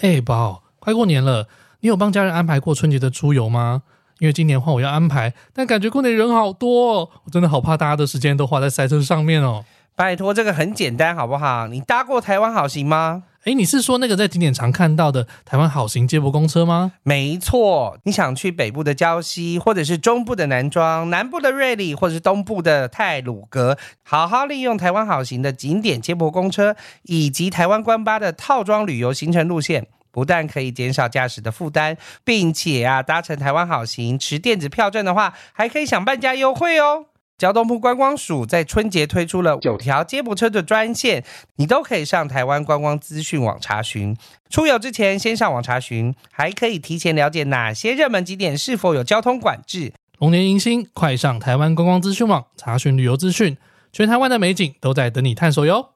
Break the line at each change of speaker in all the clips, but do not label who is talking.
哎、宝，快过年了，你有帮家人安排过春节的出游吗？因为今年的话我要安排，但感觉过年人好多、哦，我真的好怕大家的时间都花在赛车上面哦。
拜托，这个很简单，好不好？你搭过台湾好行吗？
哎，你是说那个在景点常看到的台湾好行接驳公车吗？
没错，你想去北部的礁溪，或者是中部的南庄、南部的瑞丽，或者是东部的泰鲁阁，好好利用台湾好行的景点接驳公车，以及台湾关巴的套装旅游行程路线。不但可以减少驾驶的负担，并且啊，搭乘台湾好行持电子票证的话，还可以享半价优惠哦。交通部观光署在春节推出了九条接驳车的专线，你都可以上台湾观光资讯网查询。出游之前先上网查询，还可以提前了解哪些热门景点是否有交通管制。
龙年迎新，快上台湾观光资讯网查询旅游资讯，全台湾的美景都在等你探索哟。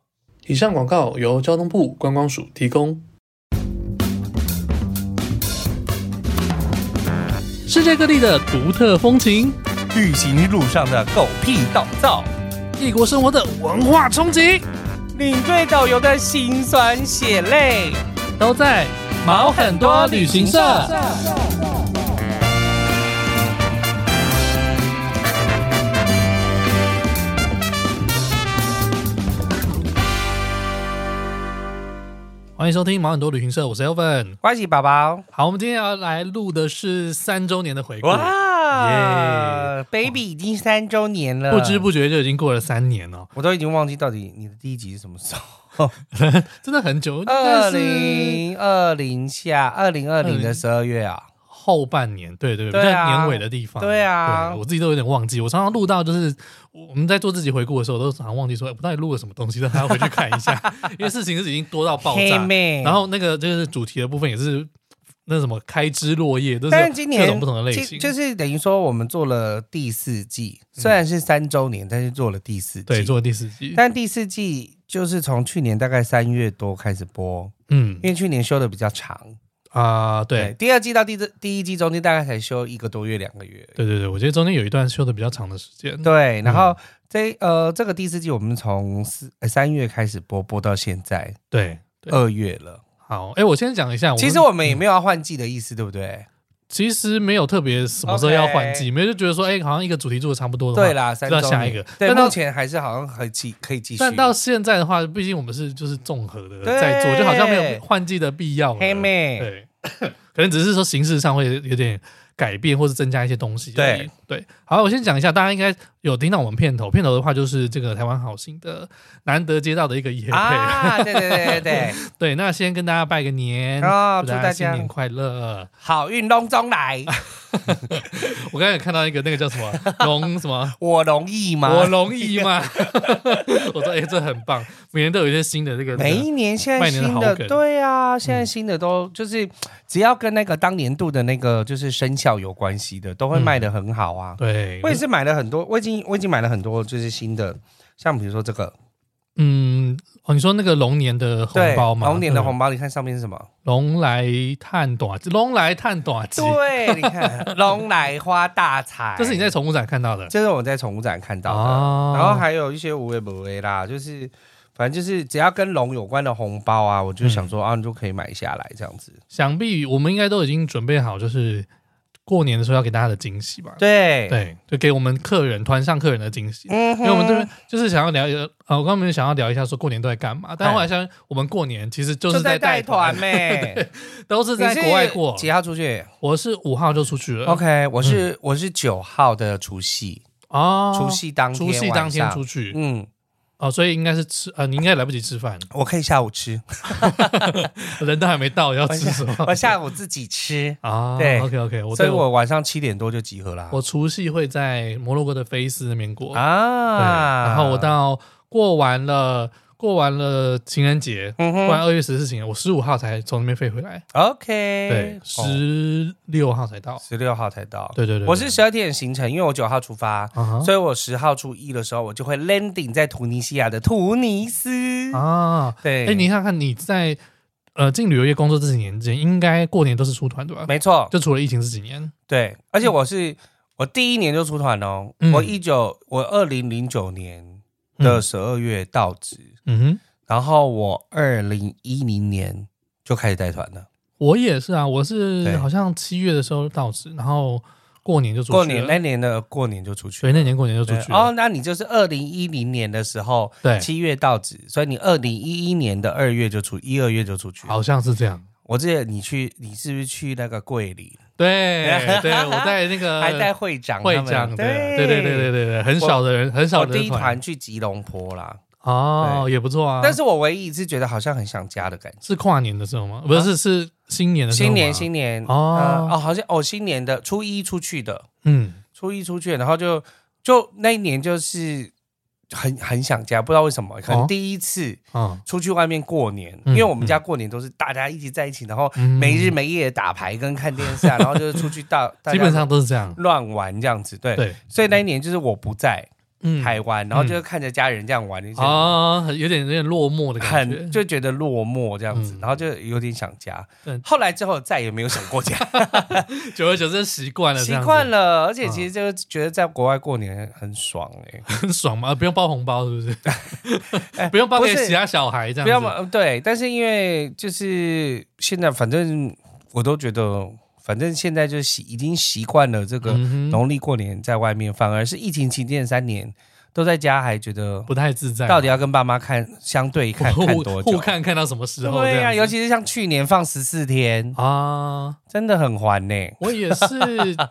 以上广告由交通部观光署提供。
世界各地的独特风情，
旅行路上的狗屁倒灶，
异国生活的文化冲击，
领队导游的辛酸血泪，
都在毛很多旅行社。欢迎收听毛很多旅行社，我是 Elvin。
欢喜宝宝，
好，我们今天要来录的是三周年的回顾。
哇、b a b y 已经三周年了，
不知不觉就已经过了三年哦了，
我都已经忘记到底你的第一集是什么时候。
真的很久，
二
但是
零二零下二零二零的十二月啊，
后半年，对对
对
比较
啊
年尾的地方，
对啊
对我自己都有点忘记。我常常录到就是我们在做自己回顾的时候，我都常常忘记说，哎我到底录了什么东西，让大家回去看一 下，因为事情是已经多到爆
黑
炸。
妹。
然后那个就是主题的部分也是那什么开枝落叶，都是
但是今年
各种不同的类
其
型，嗯
就是等于说我们做了第四季，虽然是三周年，但是做了第四季。
对，做第四季，
但第四季就是从去年大概三月多开始播，
嗯
因为去年休的比较长。
啊，对。
第二季到第四第一季中间大概才休一个多月、两个月。
对对对，我觉得中间有一段休的比较长的时间，
对，然后这呃这个第四季我们从四呃三月开始播，播到现在
对对，
二月了。
好，哎，我嗯先讲一下，
其实我们也没有要换季的意思，对不对？
其实没有特别什么时候要换季，
OK
没有就觉得说，哎、好像一个主题做的差不多的话，
对啦，三周
知道哦下一个
年对，
但到
目前还是好像可以继可以继续。
但到现在的话，毕竟我们是就是综合的
对
在做，就好像没有换季的必要了。
黑妹，
对， 可能只是说形式上会有点改变，或是增加一些东西而已。对，好，我先讲一下，大家应该有听到我们片头，片头的话就是这个台湾好心的难得接到的一个夜配。
啊，对对对对对，
对，那先跟大家拜个年，
哦
祝
祝
大家
大
新
家
年快乐。
好运隆中来，
我刚才有看到一个那个叫什么 龙什么。
我容易吗？
我容易吗？ 我说，哎、这很棒，每年都有一些新的这个。
每一年现在
拜年
新
的好
的，
梗嗯
对啊，现在新的都就是只要跟那个当年度的那个就是生肖有关系的，都会卖的很好啊。
嗯对，
我也是买了很多，我已经我已经买了很多就是新的，像比如说这个
嗯，哦，你说那个龙年的红
对
包嘛，
龙年的
对
红包，你看上面是 什么？
龙来探短，龙来探短期，
对，你看龙来花大财，
这是你在宠物展看到的
这是我在宠物展看到的。
哦
然后还有一些无为不为啦，就是反正就是只要跟龙有关的红包啊，我就
嗯
想说、啊，你就可以买下来这样子。
想必我们应该都已经准备好，就是过年的时候要给大家的惊喜吧？
对，
对，就给我们客人团上客人的惊喜。
嗯哼，
因为我们这边就是想要聊一个，呃，我刚刚想要聊一下说过年都在干嘛，但
哎
后来像我们过年其实就
就是在
带
带团
团，
呗、
都 是
你
在
是
国外过。嗯
几号出去
我是五号就出去了
？OK，我是、我是九号的除夕，
哦，
除夕当天
除夕当天
晚上
出去
嗯，
哦，所以应该是吃呃，你应该来不及吃饭，
我可以下午吃，
人都还没到，要吃什么？
我下午自己吃，
啊，
对
，OK OK，我
所以
对我
我晚上七点多就集合啦。
我除夕会在摩洛哥的菲斯那边过，对，
啊，
然后我到过完了过完了情人节，
嗯
过完
哼
二月十四情人，我十五号才从那边飞回来，对
，OK，，哦
十六号才到，
十六号才到。
对对对，
哦我是十二点行程，因为我九号出发，
啊哈
所以我十号初一的时候，我就会 landing 在突尼西亚的突尼斯。
啊，
对，
哎，你看看你在呃进旅游业工作这几年间，应该过年都是出团对吧？
没错，
就除了疫情这几年，
对，而且我是我第一年就出团哦，
嗯
我一九我二零零九年的十二月到职，
嗯哼，
然后我二零一零年就开始带团了。
我也是啊，我是
对
好像七月的时候到职，然后过年就出去了
过年那年的过年就出去
所以那年过年就出
对
去了
哦，那你就是二零一零年的时候，
对
七月到职，所以你二零一一年的二月就出，一二月就出去。
好，像是这样。
我记得你去，你是不是去那个桂林，
对对，我带那个
还带会长
呃会
他们
长的，
对
对对对对对对，很少的人，很少
我
的
第
人
一团去吉隆坡啦，
哦，也不错啊。
但是我唯一一次觉得好像很想家的感觉。
是跨年的时候吗？不是，是新年的时候吗。
新年，新年
哦
呃哦，好像哦，新年的初一出去的，
嗯，
初一出去，然后就就那一年就是很很想家，不知道为什么，可能
哦
第一次
哦，
出去外面过年，
嗯
因为我们家过年都是大家一起在一起，然后
嗯
没日没夜打牌跟看电 视啊，然后就是出去到大家
基本上都是这样。
乱玩这样子，对。
对，
所以那一年就是我不在
嗯，
台湾，然后就是看着家人这样玩，就是
哦，很有点有点落寞的感觉，
很就觉得落寞这样子，
嗯
然后就有点想家
对。
后来之后再也没有想过家，
久而久之习惯 了，
习惯
了，
了，而且其实就是觉得在国外过年很爽哎、
很爽嘛，啊不用包红包是不是？ 不用包给
不是
其他小孩这样子，
不要嘛对，但是因为就是现在反正我都觉得，反正现在就习已经习惯了这个
嗯哼，
农历过年在外面，反而是疫情期间三年都在家，还觉得
不太自在，
到底要跟爸妈看相对看
啊互
看多久？啊
互看看到什么时候这
对呀、
样
尤
子？
其是像去年放十四天，
啊，
真的很还呢、
我也是，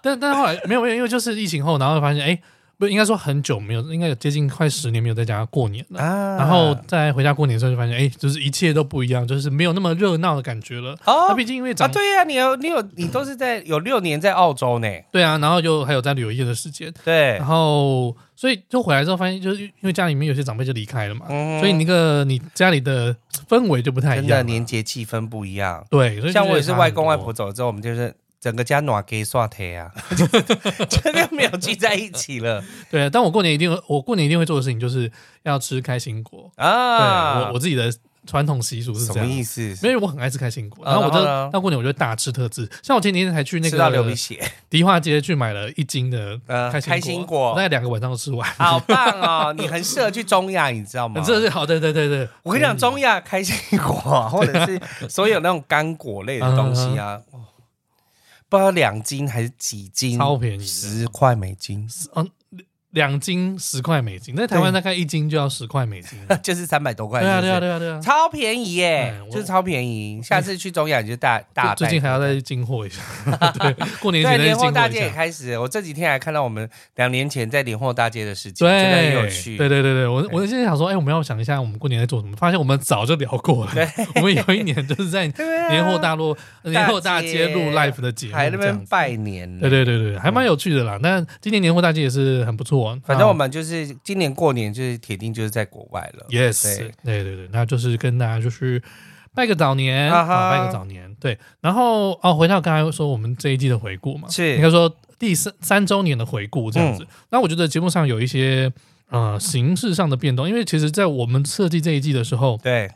但但后来没有没有，因为就是疫情后，然后发现哎、不应该说很久没有，应该有接近快十年没有在家过年了。
啊。
然后再回家过年的时候，就发现哎、就是一切都不一样，就是没有那么热闹的感觉了。那
哦
毕竟因为
啊，
长、
对呀、你有你有你都是在有六年在澳洲呢，
对啊，然后就还有在旅游业的时间，
对
然，后所以就回来之后发现，就是因为家里面有些长辈就离开了嘛，
嗯
所以那个你家里的氛围就不太一
真的
样了。
年节气氛不一样。
对，所以
像我也
也
是外公外婆，走了之后，我们就是整个家暖给刷贴 啊，真的没有聚在一起了
对，但我过年一定会，我过年一定会做的事情就是要吃开心果。 对
啊。
我我自己的传统习俗是
什
这
么
样，
意思？
没有，因为我很爱吃开心果，
啊
然后我就
然后呢
到过年我就大吃特吃。像我前几天才去那
吃到流鼻
个
血，
迪化街去买了一斤的
呃
开
开
心
心
果，
果
我大概两个晚上都吃完。
好棒哦！你很适合去中亚，你知道 吗
很？这是好，对对对对，
我跟你讲，
中
中亚开心果啊或者是 所有那种干果类的东西啊，
嗯
哇不知道两斤还是几斤，
超便宜的
十块美金，
两斤十块美金，在台湾大
对
概一斤就要十块美 金。
就是三百多块。
对啊
是不
对
是
啊对啊对啊，
超便宜耶
哎，我
就是超便宜。下次去中亚你就大大
就最近还
带
要再进货一下， 对，过年前
对
再
年
进货
货大
一
街也
下。
开始，我这几天还看到我们两年前在年货大街的事情，真的很有
对，
趣。
对对对对，我
对
我现在想说，哎，我们要想一下，我们过年在做什么？发现我们早就聊过了， 我们有一年就是在
对啊，
年货大陆、年货大街
大街
录 live 的节目，
还在那
这样
边
子。
拜年
对
呢。
对对对，还蛮有趣的啦。但今年年货大街也是很不错，啊
反正我
们
们就是今年过年就是铁定就是在国外了。
yes，
对
对对对，那就是跟大家就是拜个早年
啊哈
啊，拜个早年。对，然后哦，回到刚才说我们这一季的回顾嘛，
是嗯
应该说第三三周年的回顾这样子。那我觉得节目上有一些呃形式上的变动，因为其实，在我们设计这一季的时候，
对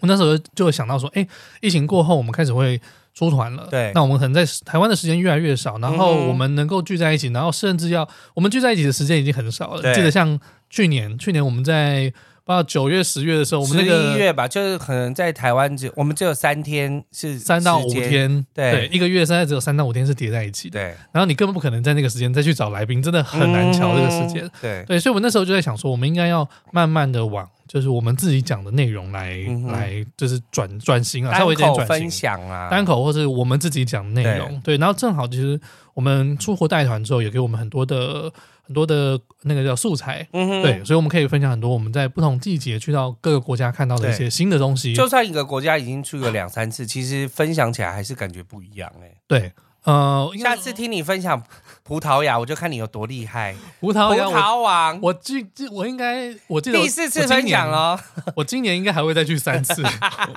我那时候就有想到说，哎、疫情过后我们开始会出团了，
对
那我们可能在台湾的时间越来越少，然后
嗯哼
我们能够聚在一起，然后甚至要我们聚在一起的时间已经很少了。
对
记得像去年，去年我们在不知道九月、十月的时候，我们那
11
个
月吧，就是可能在台湾只我们只有三天是
三到五
时间，
天，
对
一个月现在只有三到五天是叠在一起的，
对，
然后你根本不可能在那个时间再去找来宾，真的很难瞧这个时间。
嗯，对
对，所以我那时候就在想说，我们应该要慢慢的往就是我们自己讲的内容来、
嗯哼
来，就是转转型啊，稍微有点
单口
转型
分。享啊，
单口或是我们自己讲内容，对，然后正好其实我们出国带团之后，也给我们很多的很多的那个叫素材，
嗯哼
对，所以我们可以分享很多我们在不同季节去到各个国家看到的一些新的东西，
就算一个国家已经去了两三次，其实分享起来还是感觉不一样哎、
对，呃，应该
下次听你分享葡萄牙，我就看你有多厉害。
葡
葡
萄牙我。
萄王，
我记记，我应该我记得我
第四次分享，哦。
我今年我今年应该还会再去三 次，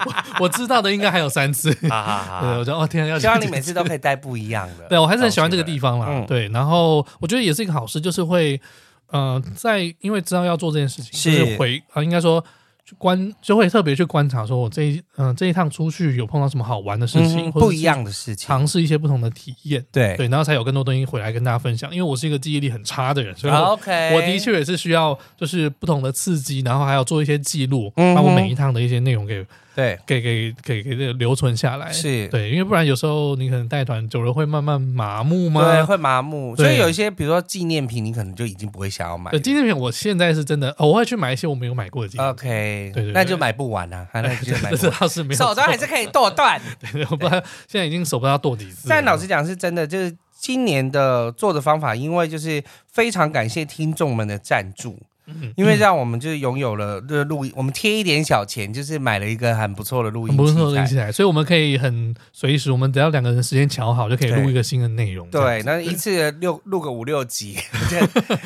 我我知道的应该还有三次。对，
好好好
我，就哦天啊，要
希望你每次都可以带不一样的。
对我还是很喜欢这个地
方。
方啦。
嗯
对，然后我觉得也是一个好事，就是会，呃，在因为知道要做这件事情，
是
就是回啊、应该说去观就会特别去观察，说我这一嗯、这一趟出去有碰到什么好玩的事情，
嗯
或者
不
是
一样的事情。
尝试一些不同的体验，
对
对，然后才有更多东西回来跟大家分享。因为我是一个记忆力很差的人，所以我。
，OK，
我的确也是需要，就是不同的刺激，然后还要做一些记录，
嗯哼
把我每一趟的一些内容给
对，
给给给给这个留存下来。
是
对，因为不然有时候你可能带团久了会慢慢麻木
对，
嘛。
会麻木。
对
所以有一些，比如说纪念品，你可能就已经不会想要买
对，。纪念品我现在是真的，偶尔去买一些我没有买过的纪念
OK，
对对对
那就买不 完啊，啊那
品，
啊就买
这
不
这
完。
倒是没有错。
手刀还是啊可以 剁断，
对，我不知道现在已经手不知道剁几次了。
但老实讲是真的，就是今年的做的方法，因为就是非常感谢听众们的赞助，
嗯，
因为让我们就是拥有了这个录音，我们贴一点小钱，就是买了一个很不错的录音
很不错的
器
起
材。
来，所以我们可以很随时，我们只要两个人时间瞧好，就可以录
对
一个新的内容。这样
对，那一次六录个五六集，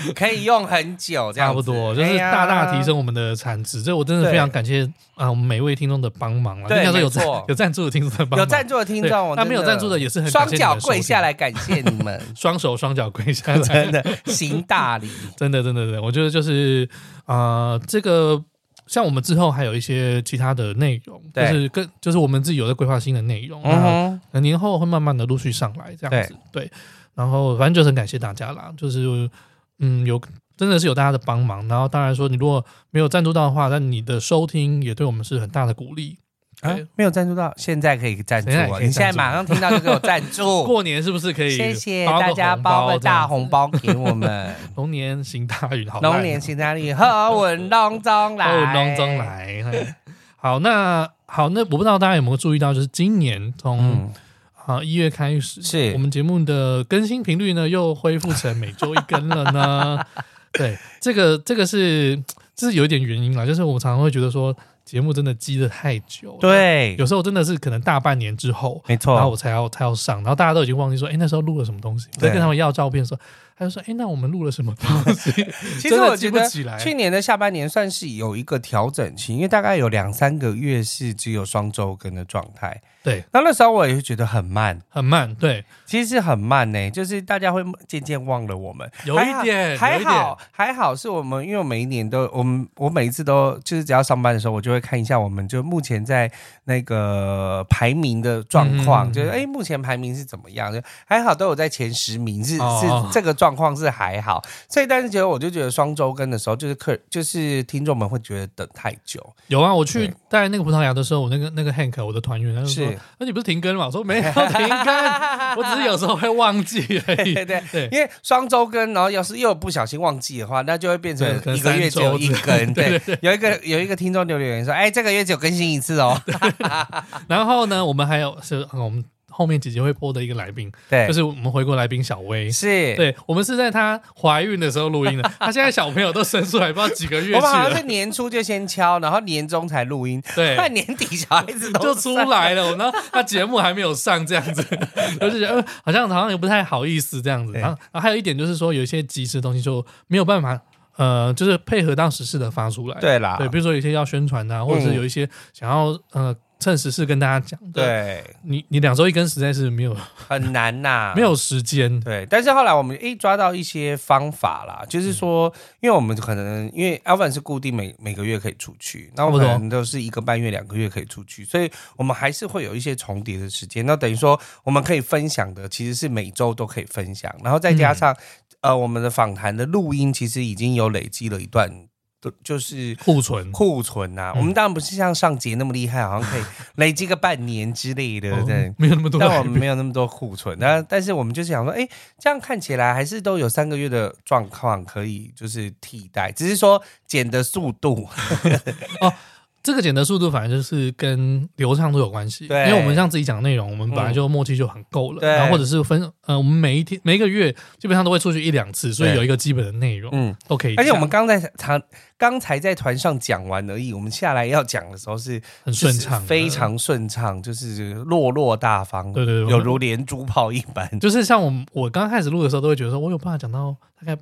就可以用很久，这样
差
子哎
不多就是大大提。升我们的产值。这我真的
对
非常感谢啊，我们每位听众的帮忙了。
对
应该说有赞
没错
有赞助的听众的
哎
帮忙，
呀有赞助的听众，我
那
真
没有赞助的也是很
双
感谢你们
脚
的收
跪
听
下，来感谢你们，
双手双脚跪下来，
真的行大礼。
真的真的真的，我觉得就是啊、呃这个像我们之后还有一些其他的内容，就
对
是跟就是我们自己有在规划新的内容，
嗯
嗯、
哼，
那年后会慢慢的陆续上来这样子，对然后反正就是很感谢大家啦，就是嗯有。真的是有大家的帮忙，然后当然说你如果没有赞助到的话，那你的收听也对我们是很大的鼓励。
啊
对，
没有赞助到，现在可以赞助
现在
哦
可！以
你现
赞
在
助
马上听到就给我赞助，
过年是不是可以
谢谢
包个
大家
红包
包个
这样
大
子
红包给我们。
龙年行大运， 好烂
龙年行大运，贺文龙中来，
哦，龙中。来。嘿 好，那好，那我不知道大家有没有注意到，就是今年从
嗯，
啊一月开始，
是
我们节目的更新频率呢又恢复成每周一更了呢。 对，这个这个是这是有一点原因啦，就是我们常常会觉得说节目真的积得太久了，，
对
有，时候真的是可能大半年之后。
没
然后
错
我，才要才要上，然后大家都已经忘记说，哎，那时候录了什么东西？我在
对
跟他们要照片的时候，他就说，哎，那我们录了什么东西？
其实
真的
我
记
觉
不
得
起来
去年的下半年算是有一个调整期，因为大概有两三个月是只有双周更的状态。
对，
那那时候我也会觉得很慢，
很慢，对，
其实是很慢呢、就是大家会渐渐忘了我们。
有一点，
还
有一点
好，还好是我们，因为我每一年都，我们我每一次都就是只要上班的时候，我就会看一下我们就目前在那个排名的状况，
嗯
就是哎、目前排名是怎么样？就还好都有在前十名，是、
哦
是这个状况是还好，所以但是觉得我就觉得双周更的时候，就是客就是听众们会觉得等太久，
有啊，我去
对
带那个葡萄牙的时候，我那个那个 Hank 我的团员他就说
是：“
那、你不是停更吗？”我说：“没有停更， 我只是有时候会忘记而已。
对对
对
因为双周更，然后要是又不小心忘记的话，那就会变成
对可能
一个月只有一
三周
更。
对
对，有一个有一个听众留言说：“哎，这个月只有更新一次 哦。
然后呢，我们还有是、嗯我们后面几集会播的一个来宾，”
对，
就是我们回国来宾小薇。
是，
对，我们是在她怀孕的时候录音的，她现在小朋友都生出来不知道几个月
我
去
们好像是
了，
年初就先敲，然后年终才录音，
对。
快年底小孩子都
就出来了，然后他节目还没有上，这 样子，我就觉得呃好像好像也不太好意思这样子。
对
然后，然后还有一点就是说，有一些及时的东西就没有办法，呃，就是配合到时事的发出来。
对嗯啦，
对，比如说有一些要宣传啊，或者是有一些想要呃趁时事跟大家讲的，
对，
你你两周一根实在是没有
很难呐、
没有时间，
对，但是后来我们诶抓到一些方法啦，
嗯
就是说，因为我们可能因为 Alvin 是固定每每个月可以出去，那我们
差不
可
多
能都是一个半月、两个月可以出去，所以我们还是会有一些重叠的时间。那等于说，我们可以分享的其实是每周都可以分享，然后再
嗯
加上、呃我们的访谈的录音，其实已经有累积了一段，都就是。
库存。
库存呐、
嗯
我们当然不是像上节那么厉害，好像可以 累积个半年之类的，对
哦。没有那么多来嗯
但
宾，
我们没有那么多库存，但但是我们就是想说，哎、这样看起来还是都有三个月的状况可以就是替代，只是说减的速度。
这个剪的速度反正就是跟流畅度有关系，因
对嗯
为我们像自己讲的内容，我们本来就默契就很够了，
对
然后或者是分呃，我们每一天每一个月基本上都会出去一两次，所以
对
有一个基本的内容
嗯，
都可以讲。
而且我们刚在谈，刚才在团上讲完而已，我们下来要讲的时候是
很顺畅
就
的，
是非常顺畅，就是落落大方，
对对对，
有如连珠炮一般。
就是像我们我刚开始录的时候，都会觉得说我有办法讲到大概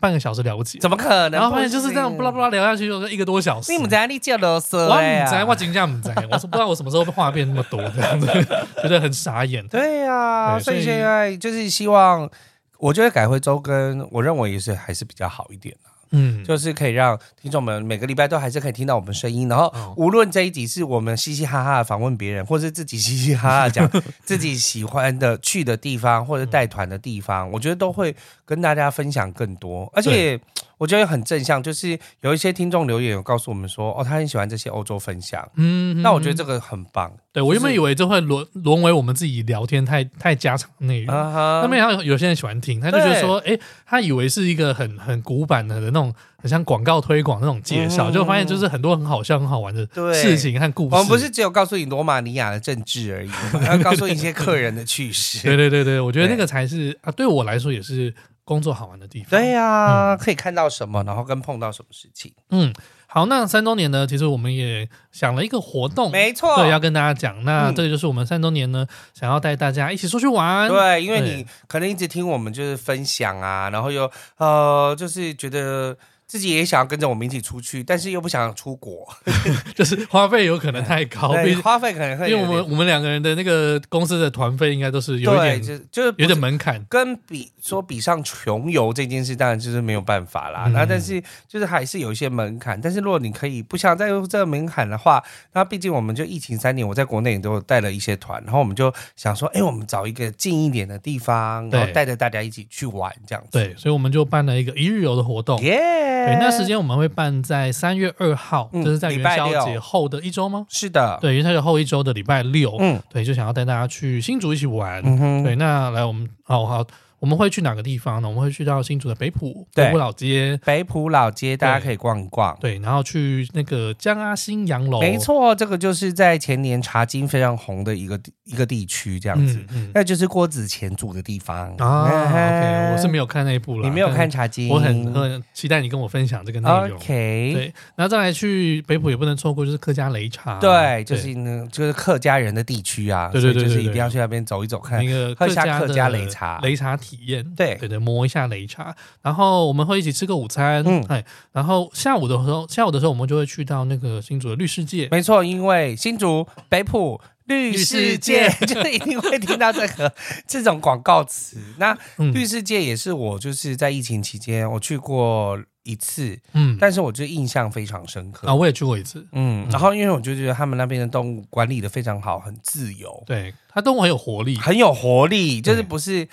半个小时了不起，啊
怎么可能？
然后发现就是这样，
不
巴拉巴拉聊下去，就是一个多小时。
你们在你叫啰嗦
我
了啊
唔
呀
知，我真正唔知，我说不知道我什么时候话变那么多，这样子 觉得很傻眼。
对呀、
对
所以
所以
现在就是希望，我觉得改回周更，我认为也是还是比较好一点啦
嗯，
就是可以让听众们每个礼拜都还是可以听到我们声音，然后
哦
无论这一集是我们嘻嘻哈哈地访问别人，或是自己嘻嘻哈哈地 讲自己喜欢的去的地方，或者带团的地方，我觉得都会跟大家分享更多，而且。我觉得很正向，就是有一些听众留言有告诉我们说，哦，他很喜欢这些欧洲分享。
嗯，
那我觉得这
个，
个很棒
对我原本
就是
以为这会沦沦为我们自己聊天太太家常的内容，
啊哈！
嗯那没想到有些人喜欢听，他就觉得说，哎、他以为是一个很很古板的那种，很像广告推广那种介绍，
嗯
就发现就是很多很好笑、很好玩的
对
事情和故事。
我们不是只有告诉你罗马尼亚的政治而已， 我们还要告诉你一些客人的趣
对
事。
对对对，我觉得
对
那个才是啊，对我来说也是工作好玩的地方。
对呀、
嗯
可以看到什么，然后跟碰到什么事情。
嗯，好，那三周年呢，其实我们也想了一个活动，
没错，
对，要跟大家讲。那
嗯
这个就是我们三周年呢，想要带大家一起出去玩。
对，因为
对
你可能一直听我们就是分享啊，然后又呃，就是觉得自己也想要跟着我们一起出去，但是又不想出国，
就是花费有可能太高，
对，
哦毕竟
花费可能
因
会
为
有
我
点，
们我们两个人的那个公司的团费应该都是有一
对，
点
就就是不
有点
是
门槛。
跟比说比上穷游这件事，当然就是没有办法啦。
嗯
那、但是就是还是有一些门槛。但是如果你可以不想再用这个门槛的话，那毕竟我们就疫情三年，我在国内也都有带了一些团，然后我们就想说，哎，我们找一个近一点的地方，然后
对
带着大家一起去玩这样子。
对，所以我们就办了一个一日游的活动。
耶、
哦对，那时间我们会办在三月二号，
嗯
就是在
礼
元
拜
宵
六
节后的一周吗？
是的，
对，元宵节后一周的礼拜六，
嗯
对，就想要带大家去新竹一起玩。
嗯哼，
对，那来我们好好，我们会去哪个地方呢？我们会去到新竹的北浦
对
北浦老街，
北浦老街大家可以逛一逛。
对，然后去那个江阿新洋楼，
没错，这个就是在前年茶经非常红的一个地一个地区，这样子，
嗯，嗯
那就是郭子乾住的地方
啊
哎
，OK，我是没有看那一部了，
你没有
但
看茶经，
我很很期待你跟我分享这个内容。
嗯 OK，
对，然后再来去北浦也不能错过，就是客家擂茶，
对，就是呢，就是客家人的地区啊，
对对对
所以就是
对对
一定要去那边走一走看
那。个
喝一下
家
客
的
家擂茶
擂茶体验，
对
对对，磨一下擂茶，然后我们会一起吃个午餐，
嗯
哎，然后下午的时候，下午的时候我们就会去到那个新竹的绿世界，
没错，因为新竹北浦绿世界， 就一定会听到这个这种广告词。那
嗯
绿世界也是我就是在疫情期间我去过一次，
嗯，
但是我就印象非常深刻
啊，。我也去过一次，
嗯，然后因为我就觉得他们那边的动物管理的非常好，很自由，
对，它动物很有活力，
很有活力，就是
对
不是
嗯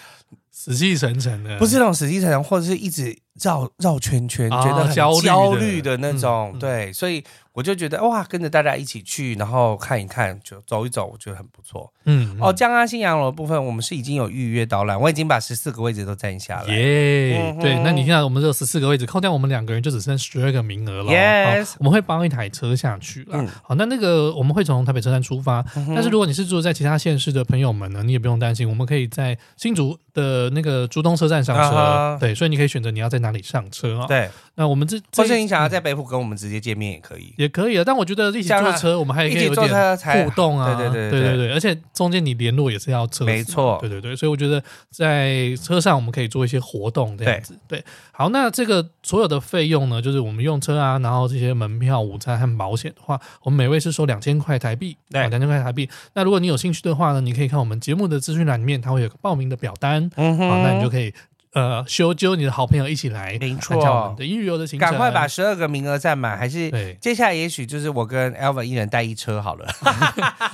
死气沉沉的，
不是那种死气沉沉，或者是一直绕绕圈圈，
啊
觉得很
焦虑的
焦虑的那种。
嗯嗯
对，所以我就觉得哇，跟着大家一起去，然后看一看，就走一走，我觉得很不错。
嗯，嗯
哦，江阿新洋楼的部分，我们是已经有预约导览，我已经把十四个位置都占下了。
耶
嗯哼
对，那你现在我们只有十四个位置，扣掉我们两个人就只剩十二个名额了。
Yes
好我们会包一台车下去了。
嗯
好，那那个我们会从台北车站出发，但是如果你是住在其他县市的朋友们呢，你也不用担心，我们可以在新竹的那个竹东车站上车。
啊哈
对，所以你可以选择你要在哪里上车啊、
对，
那我们这
或
这
是你想要在北浦跟我们直接见面也可以。
也可以啊，但我觉得一起
这
坐
样啊
车，我们还可以
一起
有
坐
点。
车才
互动啊，
对对
对
对对
对，而且中间你联络也是要车子嘛，
没错
对对对，所以我觉得在车上我们可以做一些活动这样子，对，好，那这个所有的费用呢，就是我们用车啊，然后这些门票、午餐和保险的话，我们每位是收两千块台币，啊
对
两千块台币。那如果你有兴趣的话呢，你可以看我们节目的资讯栏里面，它会有个报名的表单，
嗯
好，那你就
哼，
可以呃，修揪你的好朋友一起来
没
参加我们
错
的，一日游的行程，
赶快把十二个名额占满，还是
对
接下来也许就是我跟 Alvin 一人带一车好了。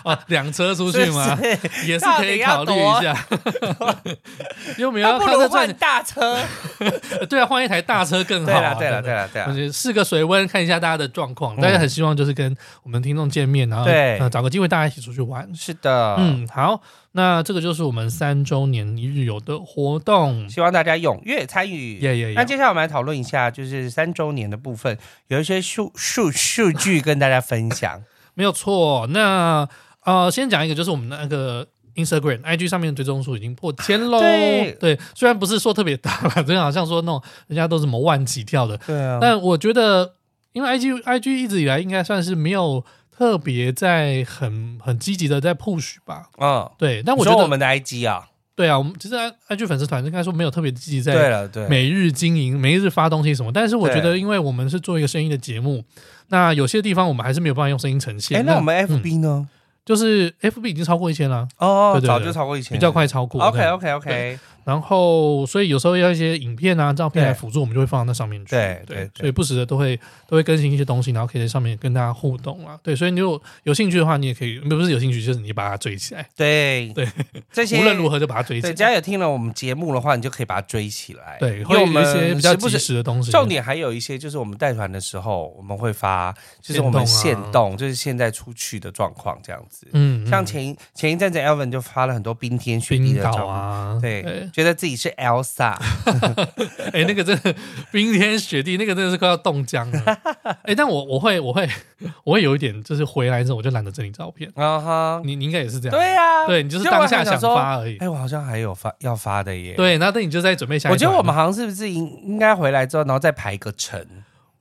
啊两车出去吗？
是不是
也是可以考虑一下， 因为我们要
不
靠
如
这
换
赚，
大车。
对啊，换一台大车更好、
对
啊嗯
了，。对了，对
了。
了，对了
而。且试个水温，看一下大家的状况。大家很希望就是跟我们听众见面，然后
对
呃找个机会大家一起出去玩。
是的，嗯，
嗯，好，那这个就是我们三周年一日游的活动。
希望大家踊跃参与。
耶耶
那
耶！
接下来我们来讨论一下，就是三周年的部分，有一些数数数据跟大家分 享。
没有错。哦那呃，先讲一个，就是我们那个 Instagram、IG 上面的追踪数已经破千喽。
对
虽然不是说特别大啦，真的好像说那种人家都是什么万起跳的，
对啊
但我觉得，因为 IG IG 一直以来应该算是没有特别在很很积极的在 push 吧。
嗯，
对，但
我
我
说
觉得
我们的 IG 啊，
对啊，我们其实 I- IG 粉丝团应该说没有特别积极
对
在
了，对，
每日经营、每日发东西什么。但是我觉
对
得，因为我们是做一个声音的节目，那有些地方我们还是没有办法用声音呈现。
哎，那我们
嗯
FB 呢？
就是 FB 已经超过一千了，
哦
对，对对
早就超过一千，
比较。快超过。
啊 OK
对
OK OK，
然后所以有时候要一些影片啊、照片来
对
辅助，我们就会放到那上面去。
对对
对
对，
所以不时的都会都会更新一些东西，然后可以在上面跟大家互动啊。对，所以你如果有兴趣的话，你也可以，不是有兴趣，就是你把它追起来，
对
对，
这些
无论如何就把它追起
对，
来。
只要有听了我们节目的话，你就可以把它追起来。
对，
因
会
为
有
我
一些
们
比较
时不
及
时。
时的东西。
重点还有一些就是我们带团的时候，我们会发，就是我们
限
现
动啊
动，就是现在出去的状况这样子。
嗯，嗯，
像前一前一阵子，Elvin 就发了很多冰天雪地
冰
的照
岛
片，
啊，
对，觉得自己是 Elsa，
哎、那个真的冰天雪地，那个真的是快要冻僵 了。哎、但我我会我会 我会有一点，就是回来之后我就懒得整理照片。
啊哈，
你你应该也是这样，
对啊，
对你就是当下想发而已
哎、。我好像还有发要发的耶。，
对，那但你就在准备下一
我觉得
团
我们好像是不是应应该回来之后，然后再排个程？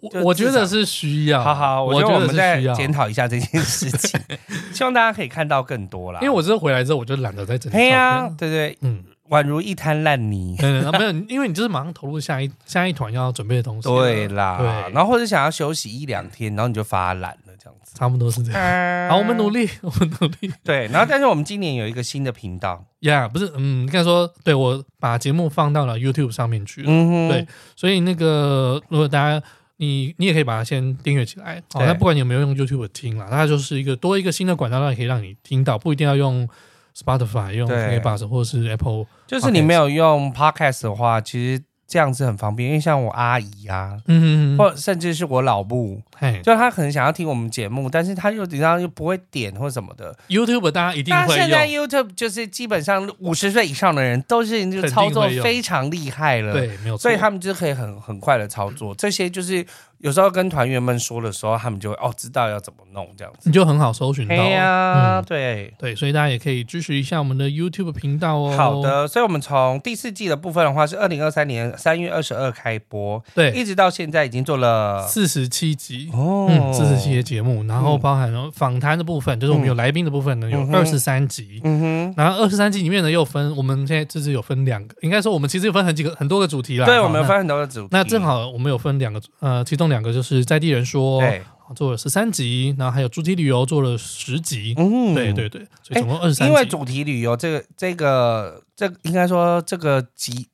我我觉得是需要，
好好，
我
觉
觉
哦我们
是
再
需要，
检讨一下这件事情， 希望大家可以看到更多啦。
因为我这回来之后我就懒得再整理照
嘿
片
呀、
了。
对对，
嗯，
宛如一滩烂泥。
对对，没有，因为你就是马上投入下一下一团要准备的东西了。
对啦，
对，
然后或者想要休息一两天，然后你就发懒了这样 子。
差不多是这样。好，我们努。力，我们努力。
对，然后但是我们今年有一个新的频道，
呀、不是，嗯，应该说，对我把节目放到了 YouTube 上面去了，
嗯哼，
对所以那个如果大家你你也可以把它先订阅起来，好、
对
那不管你有没有用 YouTube 听啦，它就是一个多一个新的管道，让你可以让你听到，不一定要用 Spotify、用
对
k b o s 或者是 Apple，
就是你没有用 Podcast 的话，其实这样子很方便，因为像我阿姨啊，
嗯，
或甚至是我老母，
嘿
就他可能想要听我们节目，但是他又你知道又不会点或什么的。
，YouTube 大家一定
那
会
现在
用，
YouTube 就是基本上五十岁以上的人都是就操作
肯定会用
非常厉害了，，
对，没有错，
所以他们就可以很很快的操作。这些就是有时候跟团员们说的时候，他们就会哦知道要怎么弄这样子。
你就很好搜寻到，
哎呀，
嗯，
对。
对，所以大家也可以支持一下我们的 YouTube 频道哦，
好，的，所以我们从第四季的部分的话是二零二三年三月二十二开播，
对，
一直到现在已经做了
四十七集，
哦
嗯，四十期的节目，然后
嗯
包含了访谈的部分，就是我们有来宾的部分呢，有
嗯哼
二十三集。
嗯
然后二十三集里面呢，又分我们现在这次有分两个，应该说我们其实有分很几个很多个主题啦。
哼，对，
好
我们有
那
分很多的主题，
那正好我们有分两个，呃，其中两个就是在地人说
对，
做了十三集，然后还有主题旅游做了十集。
嗯
对对对，所以总共二十三集。
因为主题旅游这个这个这个应该说这个集，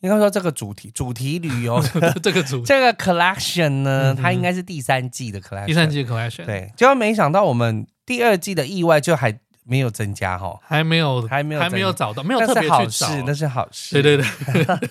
应该说这个主题主题旅 游
这个主题
这个 collection 呢，
嗯哼
它应该是第三季的 collection。
第三季的 collection
对，结果没想到我们第二季的意外就还没有增加哈，
还没有
还没有
还没有
增
找到，没有特
那
别
是
去
好
找
事。，那是好事，
对对对，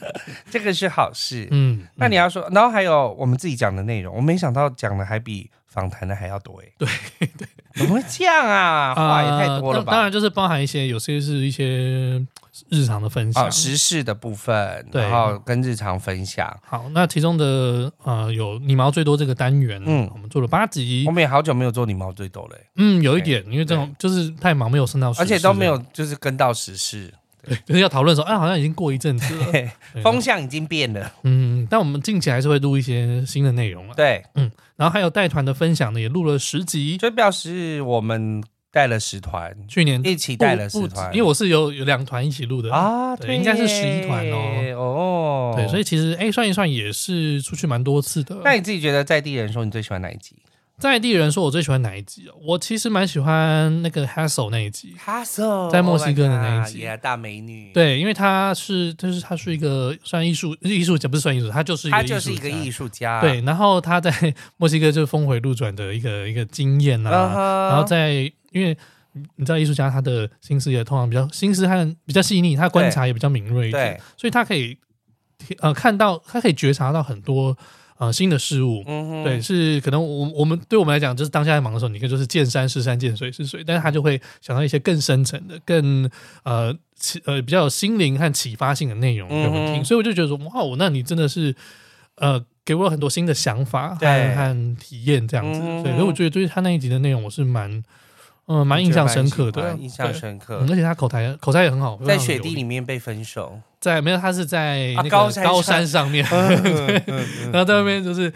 这个是好事。
嗯，
那你
要
要说，然后还有我们自己讲的内容，我没想到讲的还比访谈的还要多哎。对对， 怎么会这样啊？话也太多了吧？
呃当然就是包含一些，有些是一些日常的分
啊，
享。
时事的部分，
对
然后跟日常分享。
好，那其中的呃有你毛最多这个单元，
嗯哦
嗯，我们做了八集
我，们也好久没有做你毛最多了欸，
嗯，有一点，因为这种就是太忙没有升到，
而且都没，有就是跟到时事，
就是 要讨论说，哎，好像已经过一阵子了，
嘿
嗯对
风，向已经变了。
嗯，但我们近期还是会录一些新的内容了。
对，
然后还有带团的分享呢，也录了十集，
就表示我们带了十团，
去年
一起
不
带了
不
十
止
团，
因为我是有有两团一起录的，
啊，
对
对，
应该是11团哦
哦。哦，
对，所
以
以其实哎算一算也是出去蛮多次的。
那你自己觉得在地人说你最喜欢哪一集？
在地人说我最喜欢哪一集哦？我其实蛮喜欢那个 Hassel 那一集。
哈手
在墨西哥的那一集
大美女，，
对，因为他是，就是他是一个算艺术艺术家，不是算艺术，他就是一个
她就是一个艺
术
术家，
家。对，然后他在墨西哥就是峰回路转的一个一个经验
嗯
啊，
哼，
然后在因为你知道艺术家他的心思也通常比较心思和比较细腻，他观察也比较敏锐一点
对，
所以他可以呃看到，他可以觉察到很多呃新的事物。
嗯哼
对，是可能我我们对我们来讲，就是当下在忙的时候，你可以就是见山是山，见水是水，但是他就会想到一些更深层的、更呃启呃比较有心灵和启发性的内容给我们
嗯
听，
哼
所以我就觉得说，哇，我那你真的是呃给我很多新的想法
对
和和体验这样子，
嗯哼
对，所以我觉得对他那一集的内容我是蛮嗯、呃蛮印象深刻
我觉得
的，
蛮印象
对。
深刻
嗯，而且他口才口才也很好，
在
非常
雪
有
地
力
里面被分 手，
在没有他是在那
啊
个
高山
高
上
山上 面， 然后在那边就是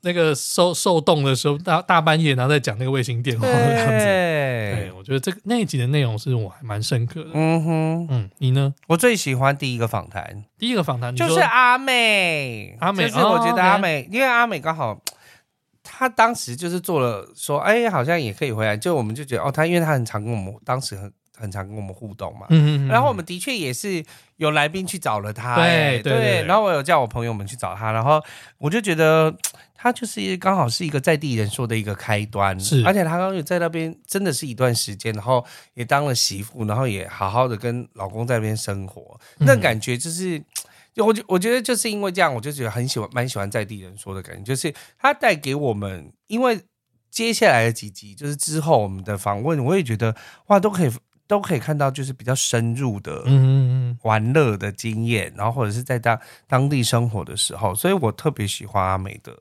那个受受冻的时候，大大半夜，然后再讲那个卫星 电话哦这样子。对，
对，
我觉得这个那一集的内容是我还蛮深刻的。
嗯哼，
嗯，你呢？
我最喜欢第一个访谈，
第一个访谈你
就是啊
说
阿美，
阿美
就是我
哦
觉得阿
OK
美，因为阿美刚好。她当时就是做了说，哎、好像也可以回来。就我们就觉得哦，她因为她很常跟我们当时很很常跟我们互动嘛。
嗯嗯嗯
然后我们的确也是有来宾去找了他，
对
哎
对对对
然后我有叫我朋友们去找他，然后我就觉得嘖他就是刚好是一个在地人说的一个开端，
是
而且他刚刚有在那边真的是一段时间，然后也当了媳妇，然后也好好的跟老公在那边生活，
嗯
那感觉就是。嘖就我觉我觉得就是因为这样，我就觉得很喜欢，蛮喜欢在地人说的感觉，就是他带给我们，因为接下来的几集，就是之后我们的访问，我也觉得哇，都可以都可以看到，就是比较深入的
嗯嗯
玩乐的经验，然后或者是在当当地生活的时候，所以我特别喜欢阿美的，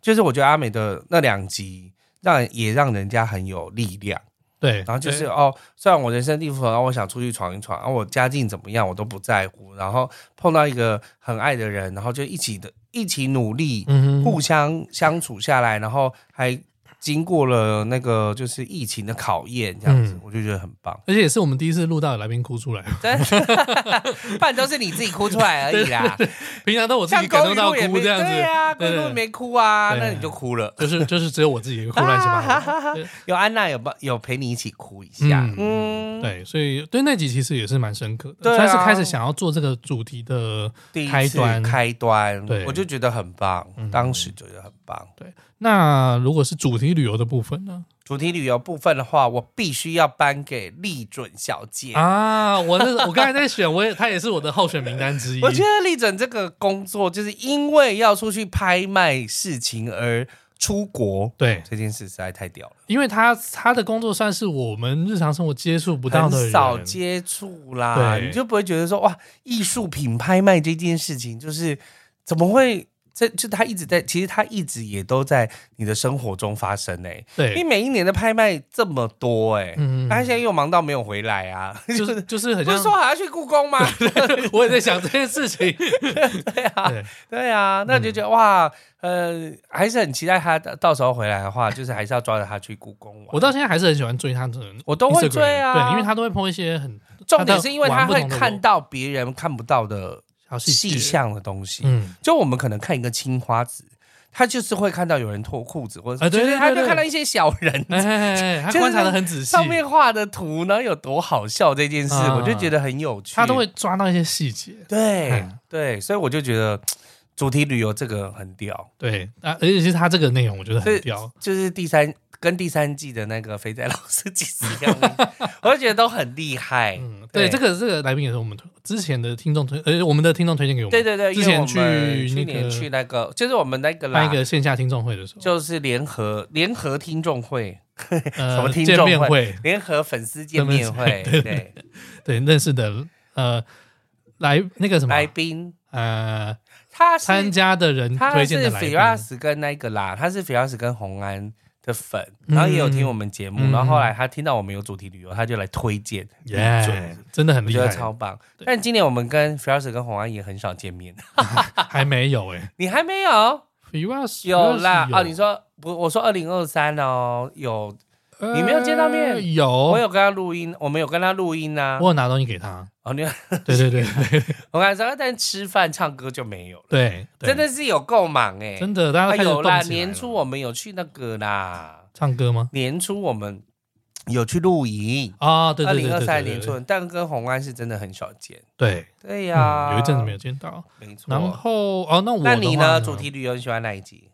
就是我觉得阿美的那两集让也让人家很有力量。
嗯，对，
然后就是
对
哦，虽然我人生地不熟，然后我想出去闯一闯，然后我家境怎么样我都不在乎，然后碰到一个很爱的人，然后就一起的一起努力，
嗯
互相相处下来，然后还经过了那个就是疫情的考验，这样子、
嗯
我就觉得很棒。
而且也是我们第一次录到有来宾哭出来，
真 的，不然都是你自己哭出来而已啦。
平常都我自
像
己感动
公寓
到
路也
哭
没
这样子，
对啊，公
对
寓
对
路没哭啊，
对
那你就哭了。
就是就是只有我自己一
啊
个哭乱七八糟。
有安娜有帮有陪你一起哭一下，嗯，
对，所以对那集其实也是蛮深刻
对
的，
啊
算是开始想要做这个主题的。
第一
开
次
端
开端，嗯
对
我就觉得很棒，当时觉得很棒。
那如果是主题旅游的部分呢？
主题旅游部分的话，我必须要颁给利准小姐。
啊，我那我刚才在选，我也他也是我的候选名单之一。
我觉得丽准这个工作，就是因为要出去拍卖事情而出国，
对，
这件事实在太屌了，
因为他他的工作算是我们日常生活接触不到的
很
人，
少接触啦，
对
你就不会觉得说哇，艺术品拍卖这件事情，就是怎么会？这就他一直在，其实他一直也都在你的生活中发生诶、欸因为
对，
每一年的拍卖这么多诶、
嗯
他现在又忙到没有回来啊，
就
就是是
就是很
不
像
是，说好要去故宫吗？
我也在想这件事情。
对啊，
对，
对啊，那你就觉得、
嗯
哇，呃，还是很期待他到到时候回来的话，就是还是要抓着他去故宫玩。
我到现在还是很喜欢追他的人，
我都会追啊
Instagram，对，因为他都会 po 一些很
重点是因为他
玩不
会
同的我
看到别人看不到的
小细
细
节，
项的东西，
嗯，
就我们可能看一个青花瓷，他就是会看到有人脱裤子，或者
啊对
就是
对
他
对
就
对
看到一些小人。
哎哎，哎哎他
就是
观察的很仔细，
上面画的图，然后有多好笑这件事，
啊
我就觉得很有趣。
他都会抓到一些细节。
对
嗯
对，所以我就觉得主题旅游这个很屌。
对啊，而且其实他这个内容我觉得
所以
很屌，
就是第三跟第三季的那个肥仔老司机是 一样的，我就觉得都很厉害。
嗯，对，这个这个来宾也是我们推之前的听众推，呃，我们的听众推荐给我们，
对对对，
之前
因为我们
去
去
那
年
个
去那个，就是我们那个
办
啦
一，个线下听众会的时候，
就是联合联合听众会、
呃
什么听众
见
会
面会，
联合粉丝见面会，
对对
对，
对认识的呃来那个什么
来宾
呃
他是
参加的人
他
推荐
是
的来
f
宾
i，r s 跟那个啦，他是 f i r s 跟红安。的粉，然后也有听我们节目，
嗯
然后后来他听到我们有主题旅游，他就来推荐，
耶，真的很
我
厉
觉得
害，
超棒。但今年我们跟 f i r s 跟红安也很少见面，
还没有 哎
你还没有？
f i r s
有啦，哦，你说不？我说二零二三哦，有，啊你没有见到面
呃有，
我
我
有跟他录音，我们有跟他录音呐、
有拿东西给他，
哦，你
对对对对对
我刚才说，啊但吃饭唱歌就没有了，
对，
真的是有够忙哎、
真的，大家
啊
都开始
有
动起来
啦，
了
年初我们有去那个啦，
唱歌吗？
年初我们有去露营，
啊，对
二
对对
零
对
二
对
三
对
年初，但跟红安是真的很少见。
对，
对
对
呀、
嗯有一阵子没有见到。
没错。
然后哦，那我
那你
的话
呢？主题旅游你喜欢哪一集？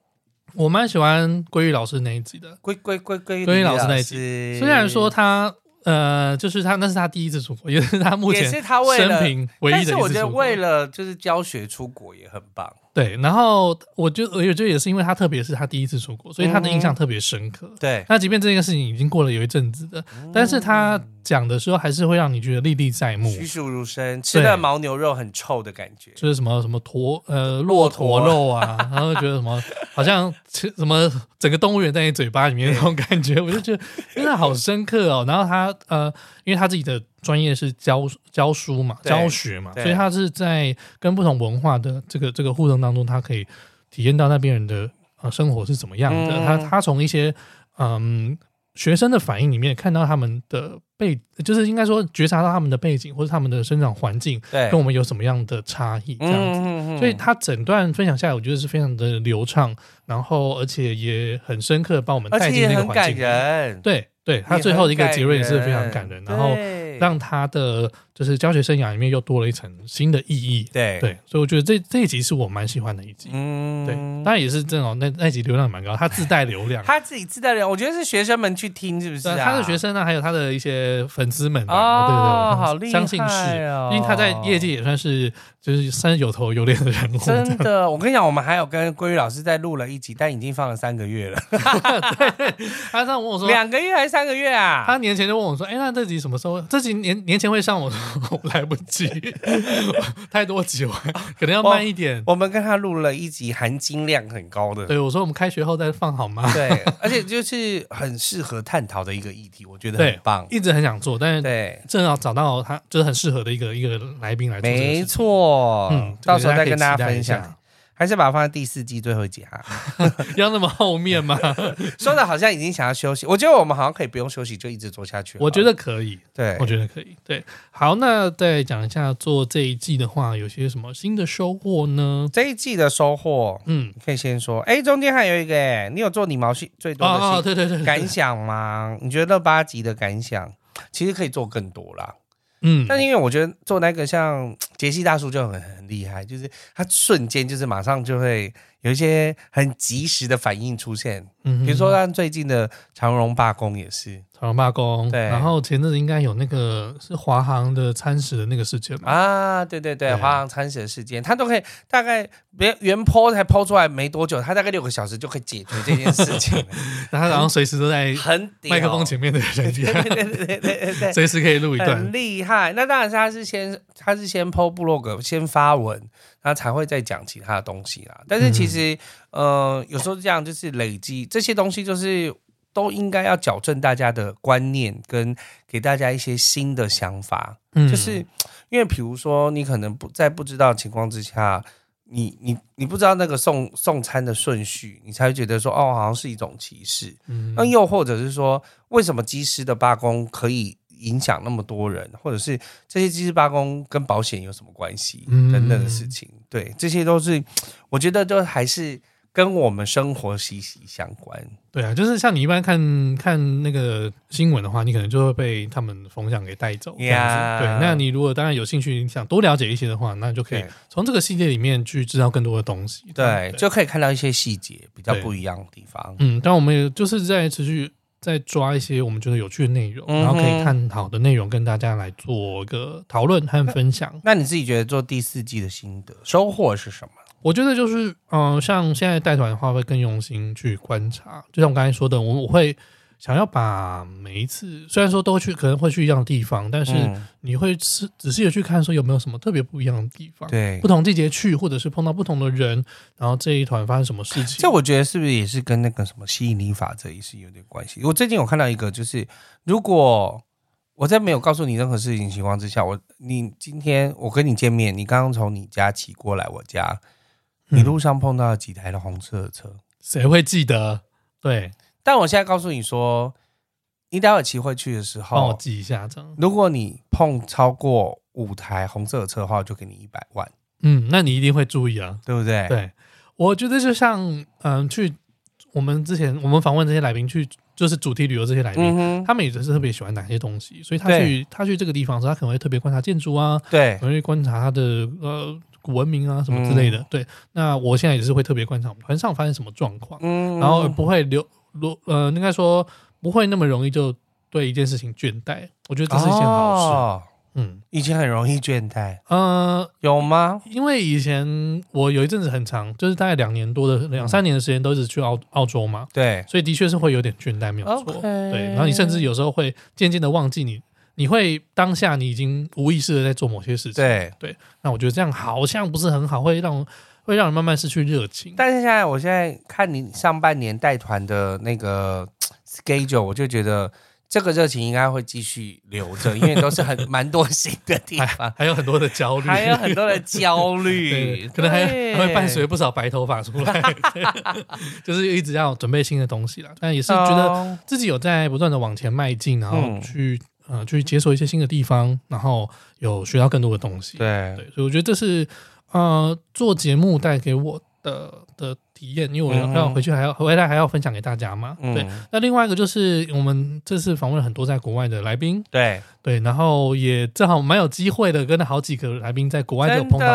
我蛮喜欢鲑鱼老师那一集的，
龟龟龟龟
龟老师那一集
集
虽然说他呃，就是他那是他第一次出国，也是他目
也
前
是他为
生
了
平唯一
但
的
是
一
我
次
觉得
出国
为。了就是教学出国也很棒，
对，然后我觉得我觉得也是因为他特别是他第一次出国，所以他的印象特别深刻。
对，
那即便这件事情已经过了有一阵子的，
嗯
但是他讲的时候还是会让你觉得历历在目，
栩栩如生，吃了牦牛肉很臭的感觉，
就是什么什么驼呃骆
驼
驼肉啊，然后觉得什么好像吃什么整个动物园在你嘴巴里面那种感觉，我就觉得真的好深刻哦。然后他呃，因为他自己的专业是教教书嘛，
对
教学嘛，
对
所以他是在跟不同文化的这个这个互动当中，他可以体验到那边人的呃生活是怎么样的。
嗯
他他从一些嗯。学生的反应里面看到他们的背，就是应该说觉察到他们的背景或者他们的生长环境，
对，
跟我们有什么样的差异这样子。
哎嗯
所以他整段分享下来，我觉得是非常的流畅，然后而且也很深刻，把我们
而
带
且
进
也
那个
很
环
感
境里。
人，
对对，他最后的一个结论也是非常感人，然后让他的就是教学生涯里面又多了一层新的意义。
对
对，所以我觉得这这一集是我蛮喜欢的一集。
嗯
对，当然也是这种那那集流量蛮高，他自带流量，
他自己自带人，我觉得是学生们去听，是不是、
对
啊？
他的学生呢，还有他的一些粉丝们啊，对对对
哦，
我
好厉害
相信是，
哦！
因为他在业界也算是就是算是有头有脸的人物，
真的，我跟你讲，我们还有跟鲑鱼老师在录了一集，但已经放了三个月了，
他啊上次问我说。
两个月还是三个月啊？
他年前就问我说：“哎、那这集什么时候？这集年年前会上？”我说：“ 我来不及，太多集了，可能要
哦
慢一点。
我们跟他录了一集含金量很高的，
对，我说：“我们开学后再放好吗
对，而且就是很适合探讨的一个议题，我觉？”得
对
很，棒。
一直很想做，但是
对，
正好找到他就是很适合的一个一个来宾来做这个事情。
没错，
嗯，
到时候再跟
大家
大家
可以
分
期待一
享。还是把它放在第四季最后一集 哈、
下， 要那么后面吗？
说的好像已经想要休息，我觉得我们好像可以不用休息，就一直做下去了。
我觉得可以，
对，
我觉得可以。对，好，那再讲一下做这一季的话，有些什么新的收获呢？
这一季的收获，
嗯，
可以先说。哎，中间还有一个，哎，你有做你毛细最多的
哦哦，
细
对对对，
感
对
想吗？你觉得八集的感想，其实可以做更多啦。
嗯，
但因为我觉得做那个像杰西大叔就很很厉害，就是他瞬间就是马上就会有一些很及时的反应出现，
嗯
比
哼
如说像最近的长荣罢工也是
长荣罢工，
对
然后前阵子应该有那个是华航的餐食的那个事件嘛，
啊，对对对，
对
华航餐食的事件，他都可以大概原原 po 才 po 出来没多久，他大概六个小时就可以解决这件事 情了，
然后然后随时都 在
很屌
麦克风前面的人一
对
样，
对嗯对对对对对。
随时可以录一
很
段。
厉害，那当然是他是先他是先 PO 部落格，先发文，然后才会再讲其他的东西啦。但是其实，
嗯
呃，有时候这样就是累积这些东西，就是都应该要矫正大家的观念，跟给大家一些新的想法。
嗯
就是因为比如说你可能不在不知道的情况之下，你你你不知道那个送送餐的顺序，你才会觉得说哦，好像是一种歧视。
嗯
那又或者是说，为什么机师的罢工可以影响那么多人，或者是这些机师罢工跟保险有什么关系
嗯
等等的事情？对，这些都是我觉得都还是跟我们生活息息相关。
对啊，就是像你一般看看那个新闻的话，你可能就会被他们的风向给带走。这样子
Yeah
对，那你如果当然有兴趣，你想多了解一些的话，那就可以
对
从这个系列里面去知道更多的东西。
对，就可以看到一些细节比较
对
不一样的地方。
嗯，但我们也就是在持续在抓一些我们觉得有趣的内容，
嗯哼
然后可以探讨的内容跟大家来做一个讨论和分享。
那你自己觉得做第四季的心得收获是什么？
我觉得就是，嗯、像现在带团的话，会更用心去观察。就像我刚才说的，我我会想要把每一次，虽然说都去可能会去一样的地方，但是
嗯
你会仔仔细的去看，说有没有什么特别不一样的地方。
对
不，同季节去，或者是碰到不同的人，然后这一团发生什么事情？
这我觉得是不是也是跟那个什么吸引力法则也是有点关系？我最近有看到一个，就是如果我在没有告诉你任何事情的情况之下，我你今天我跟你见面，你刚刚从你家骑过来我家，你
嗯
路上碰到了几台的红色的车，
谁会记得？对，
但我现在告诉你说，你待会骑回去的时
帮我
候，
记一下，这样。
如果你碰超过五台红色的车的话，我就给你一百万，
嗯，那你一定会注意啊。
对不对？
对，我觉得就像嗯、去我们之前我们访问这些来宾去，就是主题旅游这些来宾，
嗯哼，
他们也是特别喜欢哪些东西，所以他
对
去他去这个地方的时候，他可能会特别观察建筑啊，
对
可，能会观察他的呃古文明啊什么之类
嗯
的。对，那我现在也是会特别观察我们船上发生什么状况，
嗯
然后不会流流呃，应该说不会那么容易就对一件事情倦怠。我觉得这是一件好事。
哦
嗯
以前很容易倦怠，
呃，
有吗？
因为以前我有一阵子很长，就是大概两年多的两三年的时间都一直去澳澳洲嘛，
对，
所以的确是会有点倦怠，没有错。
OK
对，然后你甚至有时候会渐渐的忘记你，你会当下你已经无意识的在做某些事情。
对，
那我觉得这样好像不是很好，会让会让人慢慢失去热情。
但是现在我现在看你上半年带团的那个 schedule，我就觉得这个热情应该会继续留 着，因为都是很蛮多新的地方，
还有很多的焦虑，
还有很多的焦虑
对，，可能还
对
还会伴随。不少白头发出 来，就是一直要准备新的东西啦。但也是觉得
哦
自己有在不断的往前迈进，然后
嗯
去、呃去解锁一些新的地方，然后有学到更多的东西。
对，
所以我觉得这是呃做节目带给我的的体验，因为我要
嗯
要回去还要回来还要分享给大家嘛。对，
嗯，
那另外一个就是我们这次访问了很多在国外的来宾，
对，
对，然后也正好蛮有机会的，跟好几个来宾在国外都有
真
碰到面，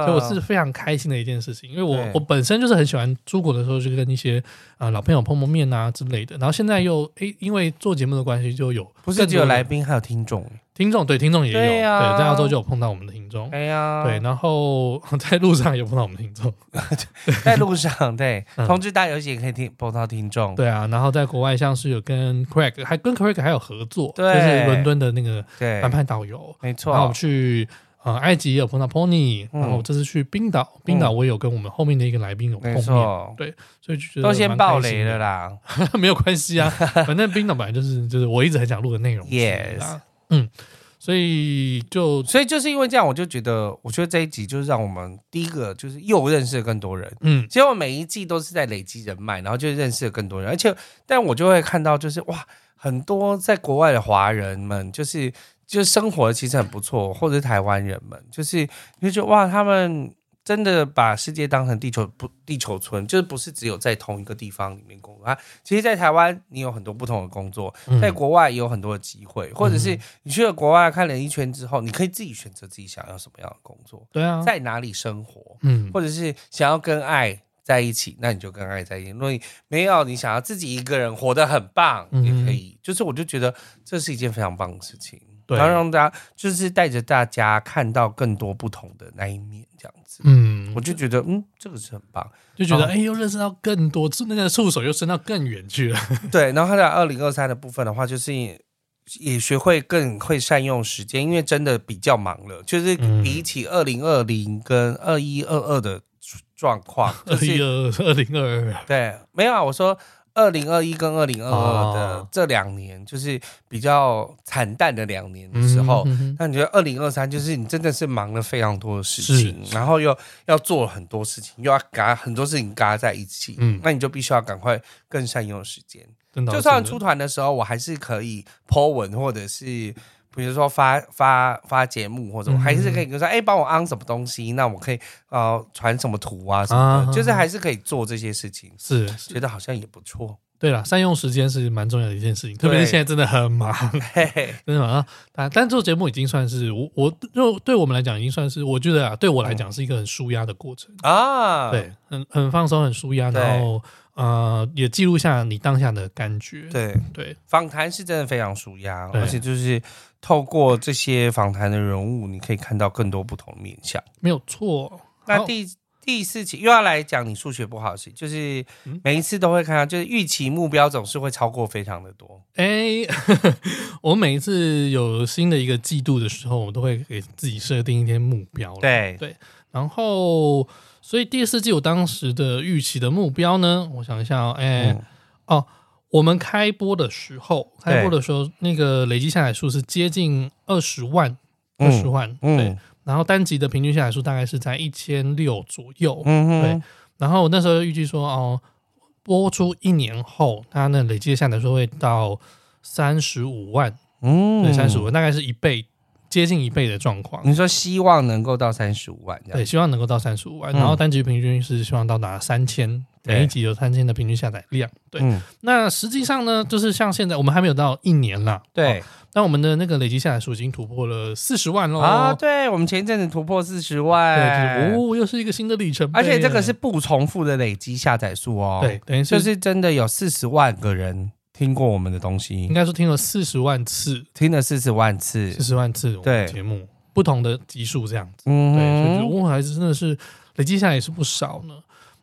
的，
所以我是非常开心的一件事情。因为我
呃对
我本身就是很喜欢出国的时候就跟一些啊、呃老朋友碰碰面啊之类的，然后现在又诶因为做节目的关系就有
不是只
更多
有
的
来宾，还有听众。
听众，对听众也有，
对啊
对，在澳洲就有碰到我们的听众。
哎呀，
嗯
哦
对，然后 在路上也碰到我们听众，
在路上，对，
嗯
同志大游戏也可以听碰到听众，
对啊，然后在国外像是有跟 Craig 还跟 Craig 还有合作，就
对
是伦敦的那个
对，
反派导游，
没
然后我
错
们，去呃埃及也有碰到 Pony，、
嗯
然后我这次去冰岛，冰岛我也有跟我们后面的一个来宾有碰
没
面，
错，
所以就觉得
都先
蛮
爆
开
雷
心
了
的，
啦，
没有关系啊， 反正冰岛本来就是就是我一直很想录的内容之一啦嗯，所以就
所以就是因为这样，我就觉得，我觉得这一集就是让我们第一个就是又认识了更多人。
嗯
其实我每一季都是在累积人脉，然后就认识了更多人，而且但我就会看到，就是哇，很多在国外的华人们，就是就生活其实很不错，或者是台湾人们，就是你就觉得哇，他们真的把世界当成地球不地球村，就是不是只有在同一个地方里面工作啊。其实，在台湾你有很多不同的工作，
嗯
在国外也有很多的机会，或者是你去了国外看了一圈之后，你可以自己选择自己想要什么样的工作，
对啊，
在哪里生活，
嗯
或者是想要跟爱在一起，那你就跟爱在一起。如果你没有，你想要自己一个人活得很棒，
嗯
也可以。就是我就觉得这是一件非常棒的事情，
对
然后让大家就是带着大家看到更多不同的那一面，这样子。
嗯
我，就觉得，嗯，这个是很棒。
就觉得
哦
哎、又认识到更多，那个触手又伸到更远去 了，
对，然后他在二零二三的部分的话，就是也学会更会善用时间，因为真的比较忙了，就是
嗯
比起二零二零跟二一二二的状况，
二
就
一
是
二 二零二二，
对，没有啊，我说。二零二一跟二零二二的
哦
这两年，就是比较惨淡的两年的时候，
嗯嗯嗯
那你觉得二零二三就是你真的是忙了非常多的事情，
是
然后又要做很多事情，又要嘎很多事情嘎在一起，
嗯
那你就必须要赶快更善用时间。
真的
就算出团的时候，我还是可以 Po 文，或者是比如说发发发节目，或者我
嗯
还是可以跟说，哎、帮我 on 什么东西，那我可以呃传什么图啊什么的，
啊
就是还是可以做这些事情，
是是
觉得好像也不错。
对了，善用时间是蛮重要的一件事情，特别是
对
现在真的很忙，
嘿嘿，
真的很忙。但但做节目已经算是我我就对我们来讲已经算是，我觉得啊，对我来讲是一个很舒压的过程，
啊，
对，很很放松，很舒压，
对
然后呃也记录下你当下的感觉，
对，
对
访谈是真的非常舒压，
对
而且就是透过这些访谈的人物，你可以看到更多不同的面相。
没有错。
那
好
第第四期又要来讲你数学不好的事，就是
嗯
每一次都会看到，就是预期目标总是会超过非常的多。
哎， 我每一次有新的一个季度的时候，我都会给自己设定一天目标啦，
对
对然后，所以第四季我当时的预期的目标呢，我想一下哦，哎、
嗯
哦，我们开播的时候，
对
开播的时候那个累计下载数是接近二十万，二十
嗯
万，对
嗯。
然后单集的平均下载数大概是在一千六左右，
嗯哼，
然后我那时候预计说，哦，播出一年后，它那累计的下载数会到三十五万，
嗯
对，三十五。万，大概是一倍，接近一倍的状况。
你说希望能够到三十五万这
对，
样？
希望能够到三十五万，
嗯
然后单集平均是希望到达三千，
对
每一集有三千的平均下载量。对，
嗯，
那实际上呢，就是像现在我们还没有到一年啦，哦，
对
那我们的那个累积下载数已经突破了四十万喽。
啊，对，我们前一阵子突破四十
对，
万
就是，哦，又是一个新的里程碑
而
耶，
且这个是不重复的累积下载数哦。
对，，等于
就是是真的有四十万个人听过我们的东
应
西，
该说听了四十万次，
听了四十万次
嗯四。十万次我们的
对
节目，不同的集数这样子。对，所以就
嗯哼，
我还是真的是累积下来也是不少呢。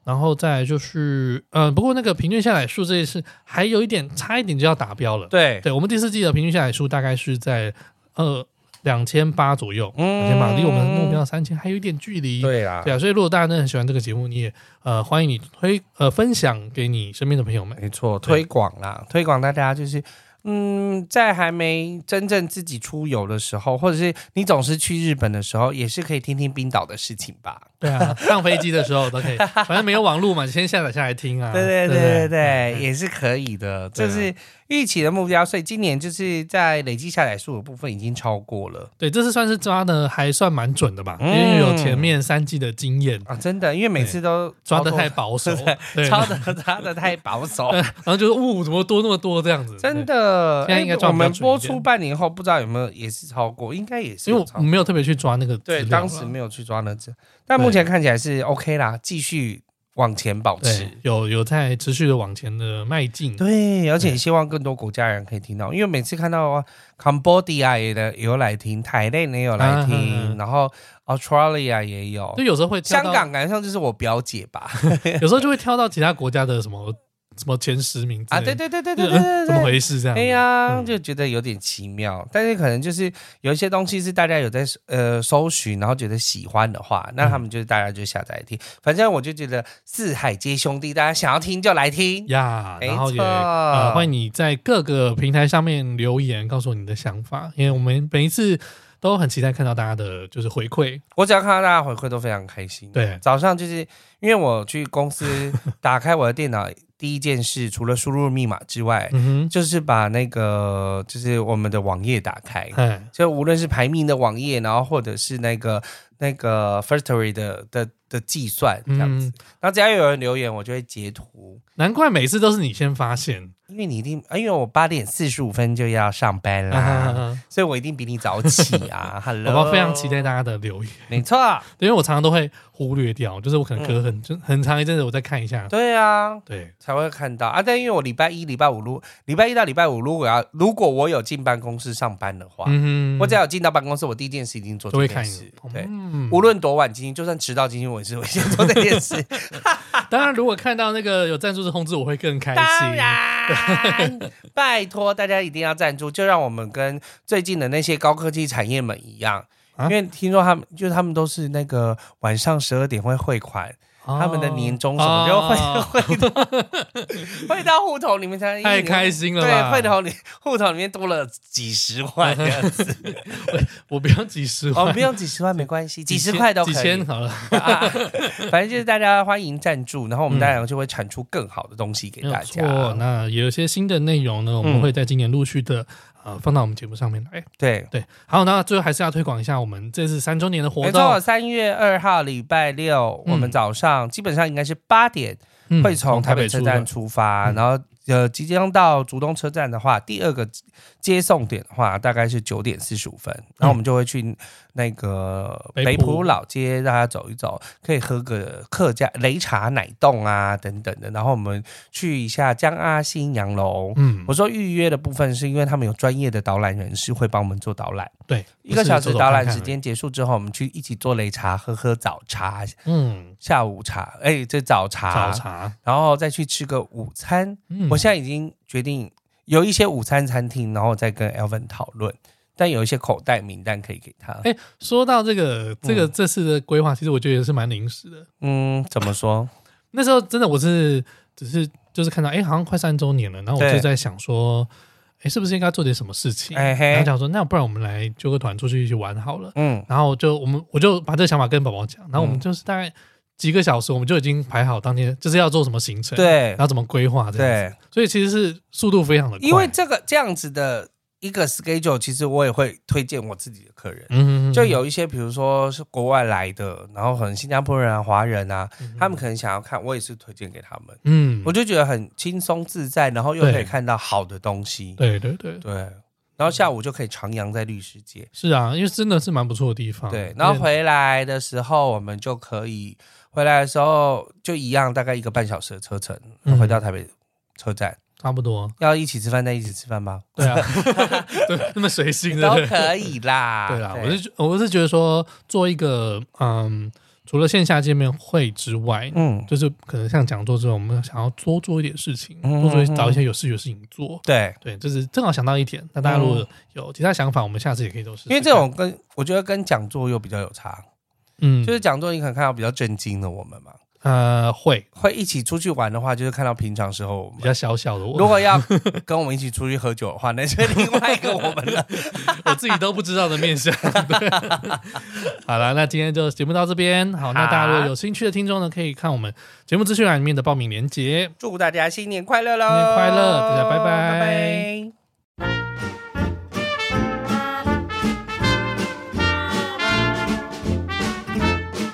然后再来就是，呃，不过那个平均下载数这件事还有一点差一点就要达标了。
对，
对，我们第四季的平均下载数大概是在呃两千八左右，两千八
嗯
离我们的目标三千还有一点距离。
对啦，
对啊，所以如果大家真的很喜欢这个节目，你也呃欢迎你推呃分享给你身边的朋友们。
没错，
对
推广啦，推广大家就是，嗯，在还没真正自己出游的时候，或者是你总是去日本的时候，也是可以听听冰岛的事情吧。
对啊，上飞机的时候都可以，反正没有网络嘛，你先下载下来听啊。
对对
不
对
对
对对，也是可以的。
对啊
就是预期的目标，所以今年就是在累计下载数的部分已经超过了
对，这次算是抓的还算蛮准的吧，因
嗯
为有前面三季的经验，
啊，真的，因为每次都
抓的
超过
太保 守，对，
超的抓的太保守
对，，然后就是呜，怎么多那么多这样子？
真的。
现在应该
哎
抓
我
比较
们
准一
播
点
出半年后，不知道有没有也是超过，应该也是
对，因为
有超
我没有特别去抓那个资料啊
对，
啦
当时没有去抓那只，但目前看起来是 OK 啦，继续往前保持
对。有有在持续的往前的迈进，
对，而且
对
希望更多国家人可以听到，因为每次看到 Cambodia 也的有来听，台内也有来
啊啊
听，
啊
然后 Australia 也有
就，有时候会挑
香
到
港感觉上就是我表姐吧？
有时候就会挑到其他国家的什么什么前十名之
啊，
类的
对对对对
就
对
是嗯
对
怎么
对。
回事这样子？
哎呀，
嗯
就觉得有点奇妙，但是可能就是有一些东西是大家有在呃搜寻，然后觉得喜欢的话，那他们就是大家就下载来听。反正我就觉得四海皆兄弟，大家想要听就来听。
呀，
没
然后也
错
呃，欢迎你在各个平台上面留言，告诉我你的想法，因为我们每一次都很期待看到大家的就是回馈。
我只要看到大家回馈都非常开心。
对
早上就是因为我去 公司打开我的电脑，第一件事除了输入密码之外，
嗯
就是把那个就是我们的网页打开
哼，。哎，
就无论是排名的网页，然后或者是那个那个 Firstory 的的的计算这样子，
嗯，
然后只要有人留言，我就会截图，
难怪每次都是你先发现，
因为你一定，啊因为我八点四十五分就要上班 啦，
啊、
所以我一定比你早起 啊。Hello，
宝宝非常期待大家的留言，
没错，
因为我常常都会忽略掉，就是我可能
嗯
隔很、就很长一阵子我再看一下，
对啊，
对，
才会看到啊。但因为我礼拜一、礼拜五如礼拜一到礼拜五，如果要如果我有进办公室上班的话，
嗯
我只要有进到办公啊室，我第一件事一定做
都会
这
看
件
一
事
眼。
对，
嗯
无论多晚进去，就算迟到进去，我也是会先做这件事。
当然如果看到那个有赞助的通知，我会更开心。
当然，拜托大家一定要赞助，就让我们跟最近的那些高科技产业们一样。
啊
因为听说他们，就是他们都是那个晚上十二点会汇款，
哦
他们的年终什么就会、
哦
会到会到户头里面才
太开心了
对，
吧？
会头里户头里面多了几十 万这样子，
我不要几十万，
哦，不用几十万没关系，几十
千
块都可以，
几千好了。
啊， 反正就是大家欢迎赞助，然后我们
嗯
当然就会产出更好的东西给
没有
大家。嗯
错，那也有一些新的内容呢，我们会在今年陆续的、呃放到我们节目上面来。
对，
对，好，那最后还是要推广一下我们这次三周年的活
没错，
动，
三月二号礼拜六，
嗯
我们早上基本上应该是八点
嗯
会从台北车站
出
出发，
嗯
然后呃即将到竹东车站的话，第二个接送点的话大概是九点四十五分，然后我们就会去那个
嗯北
北
埔
浦老街，让他走一走，可以喝个客家擂茶奶冻啊等等的，然后我们去一下江阿新洋楼。
嗯
我，说预约的部分是因为他们有专业的导览人士会帮我们做导览，
对，
一个小时
不是走走
导
看
览
看
时，间结束之后，我们去一起做擂茶，喝喝早茶、
嗯，
下午茶，哎，这早
早茶，
然后再去吃个午餐。
嗯
我现在已经决定有一些午餐餐厅，然后再跟 Elvin 讨论，但有一些口袋名单可以给他。
哎说到这个这个
嗯
这次的规划，其实我觉得也是蛮临时的。
嗯，怎么说？
那时候真的我是只是就是看到，哎、好像快三周年了，然后我
对
就在想说，哎、是不是应该做点什么事情？
哎嘿
然后想说，那不然我们来揪个团出去一起玩好了。
嗯，
然后就我们我就把这个想法跟宝宝讲，然后我们就是大概几个小时，我们就已经排好当天就是要做什么行程，，
对
然后怎么规划这样子。
对，
所以其实是速度非常的快，
因为这个这样子的一个 schedule，其实我也会推荐我自己的客人。
嗯
就有一些，比如说是国外来的，然后可能新加坡人啊、华人啊，他们可能想要看，我也是推荐给他们。
嗯，
我就觉得很轻松自在，然后又可
对
以看到好的东西。
对对对，
对，然后下午就可以徜徉在绿世界。
是啊，因为真的是蛮不错的地方。
对，然后
而且
回来的时候，我们就可以回来的时候就一样，大概一个半小时的车程，
嗯
回到台北车站。
差不多，
要一起吃饭再一起吃饭吗？
对啊，对，那么随性的
都可以啦。
对啦，我是觉我是觉得说做一个嗯，除了线下见面会之外，
嗯，
就是可能像讲座之后，我们想要多做一点事情，
嗯
多做一找一些有事有事情做。
对，
对，这是正好想到一点。那大家如果有其他想法，我们下次也可以都试试看。
因为这种跟我觉得跟讲座又比较有差，
嗯，
就是讲座你可能看到比较震惊的我们嘛，
呃，会
会一起出去玩的话，就是看到平常时候我
比
们。
较小小的，
如
我
果要跟我们一起出去喝酒的话，那就是另外一个我们 了。
我自己都不知道的面向。 对好了，那今天就节目到这边。好，那大家如果有兴趣的听众呢，可以看我们节目资讯栏里面的报名链接。
祝大家新年快乐喽！
新年快乐大家拜拜
拜拜。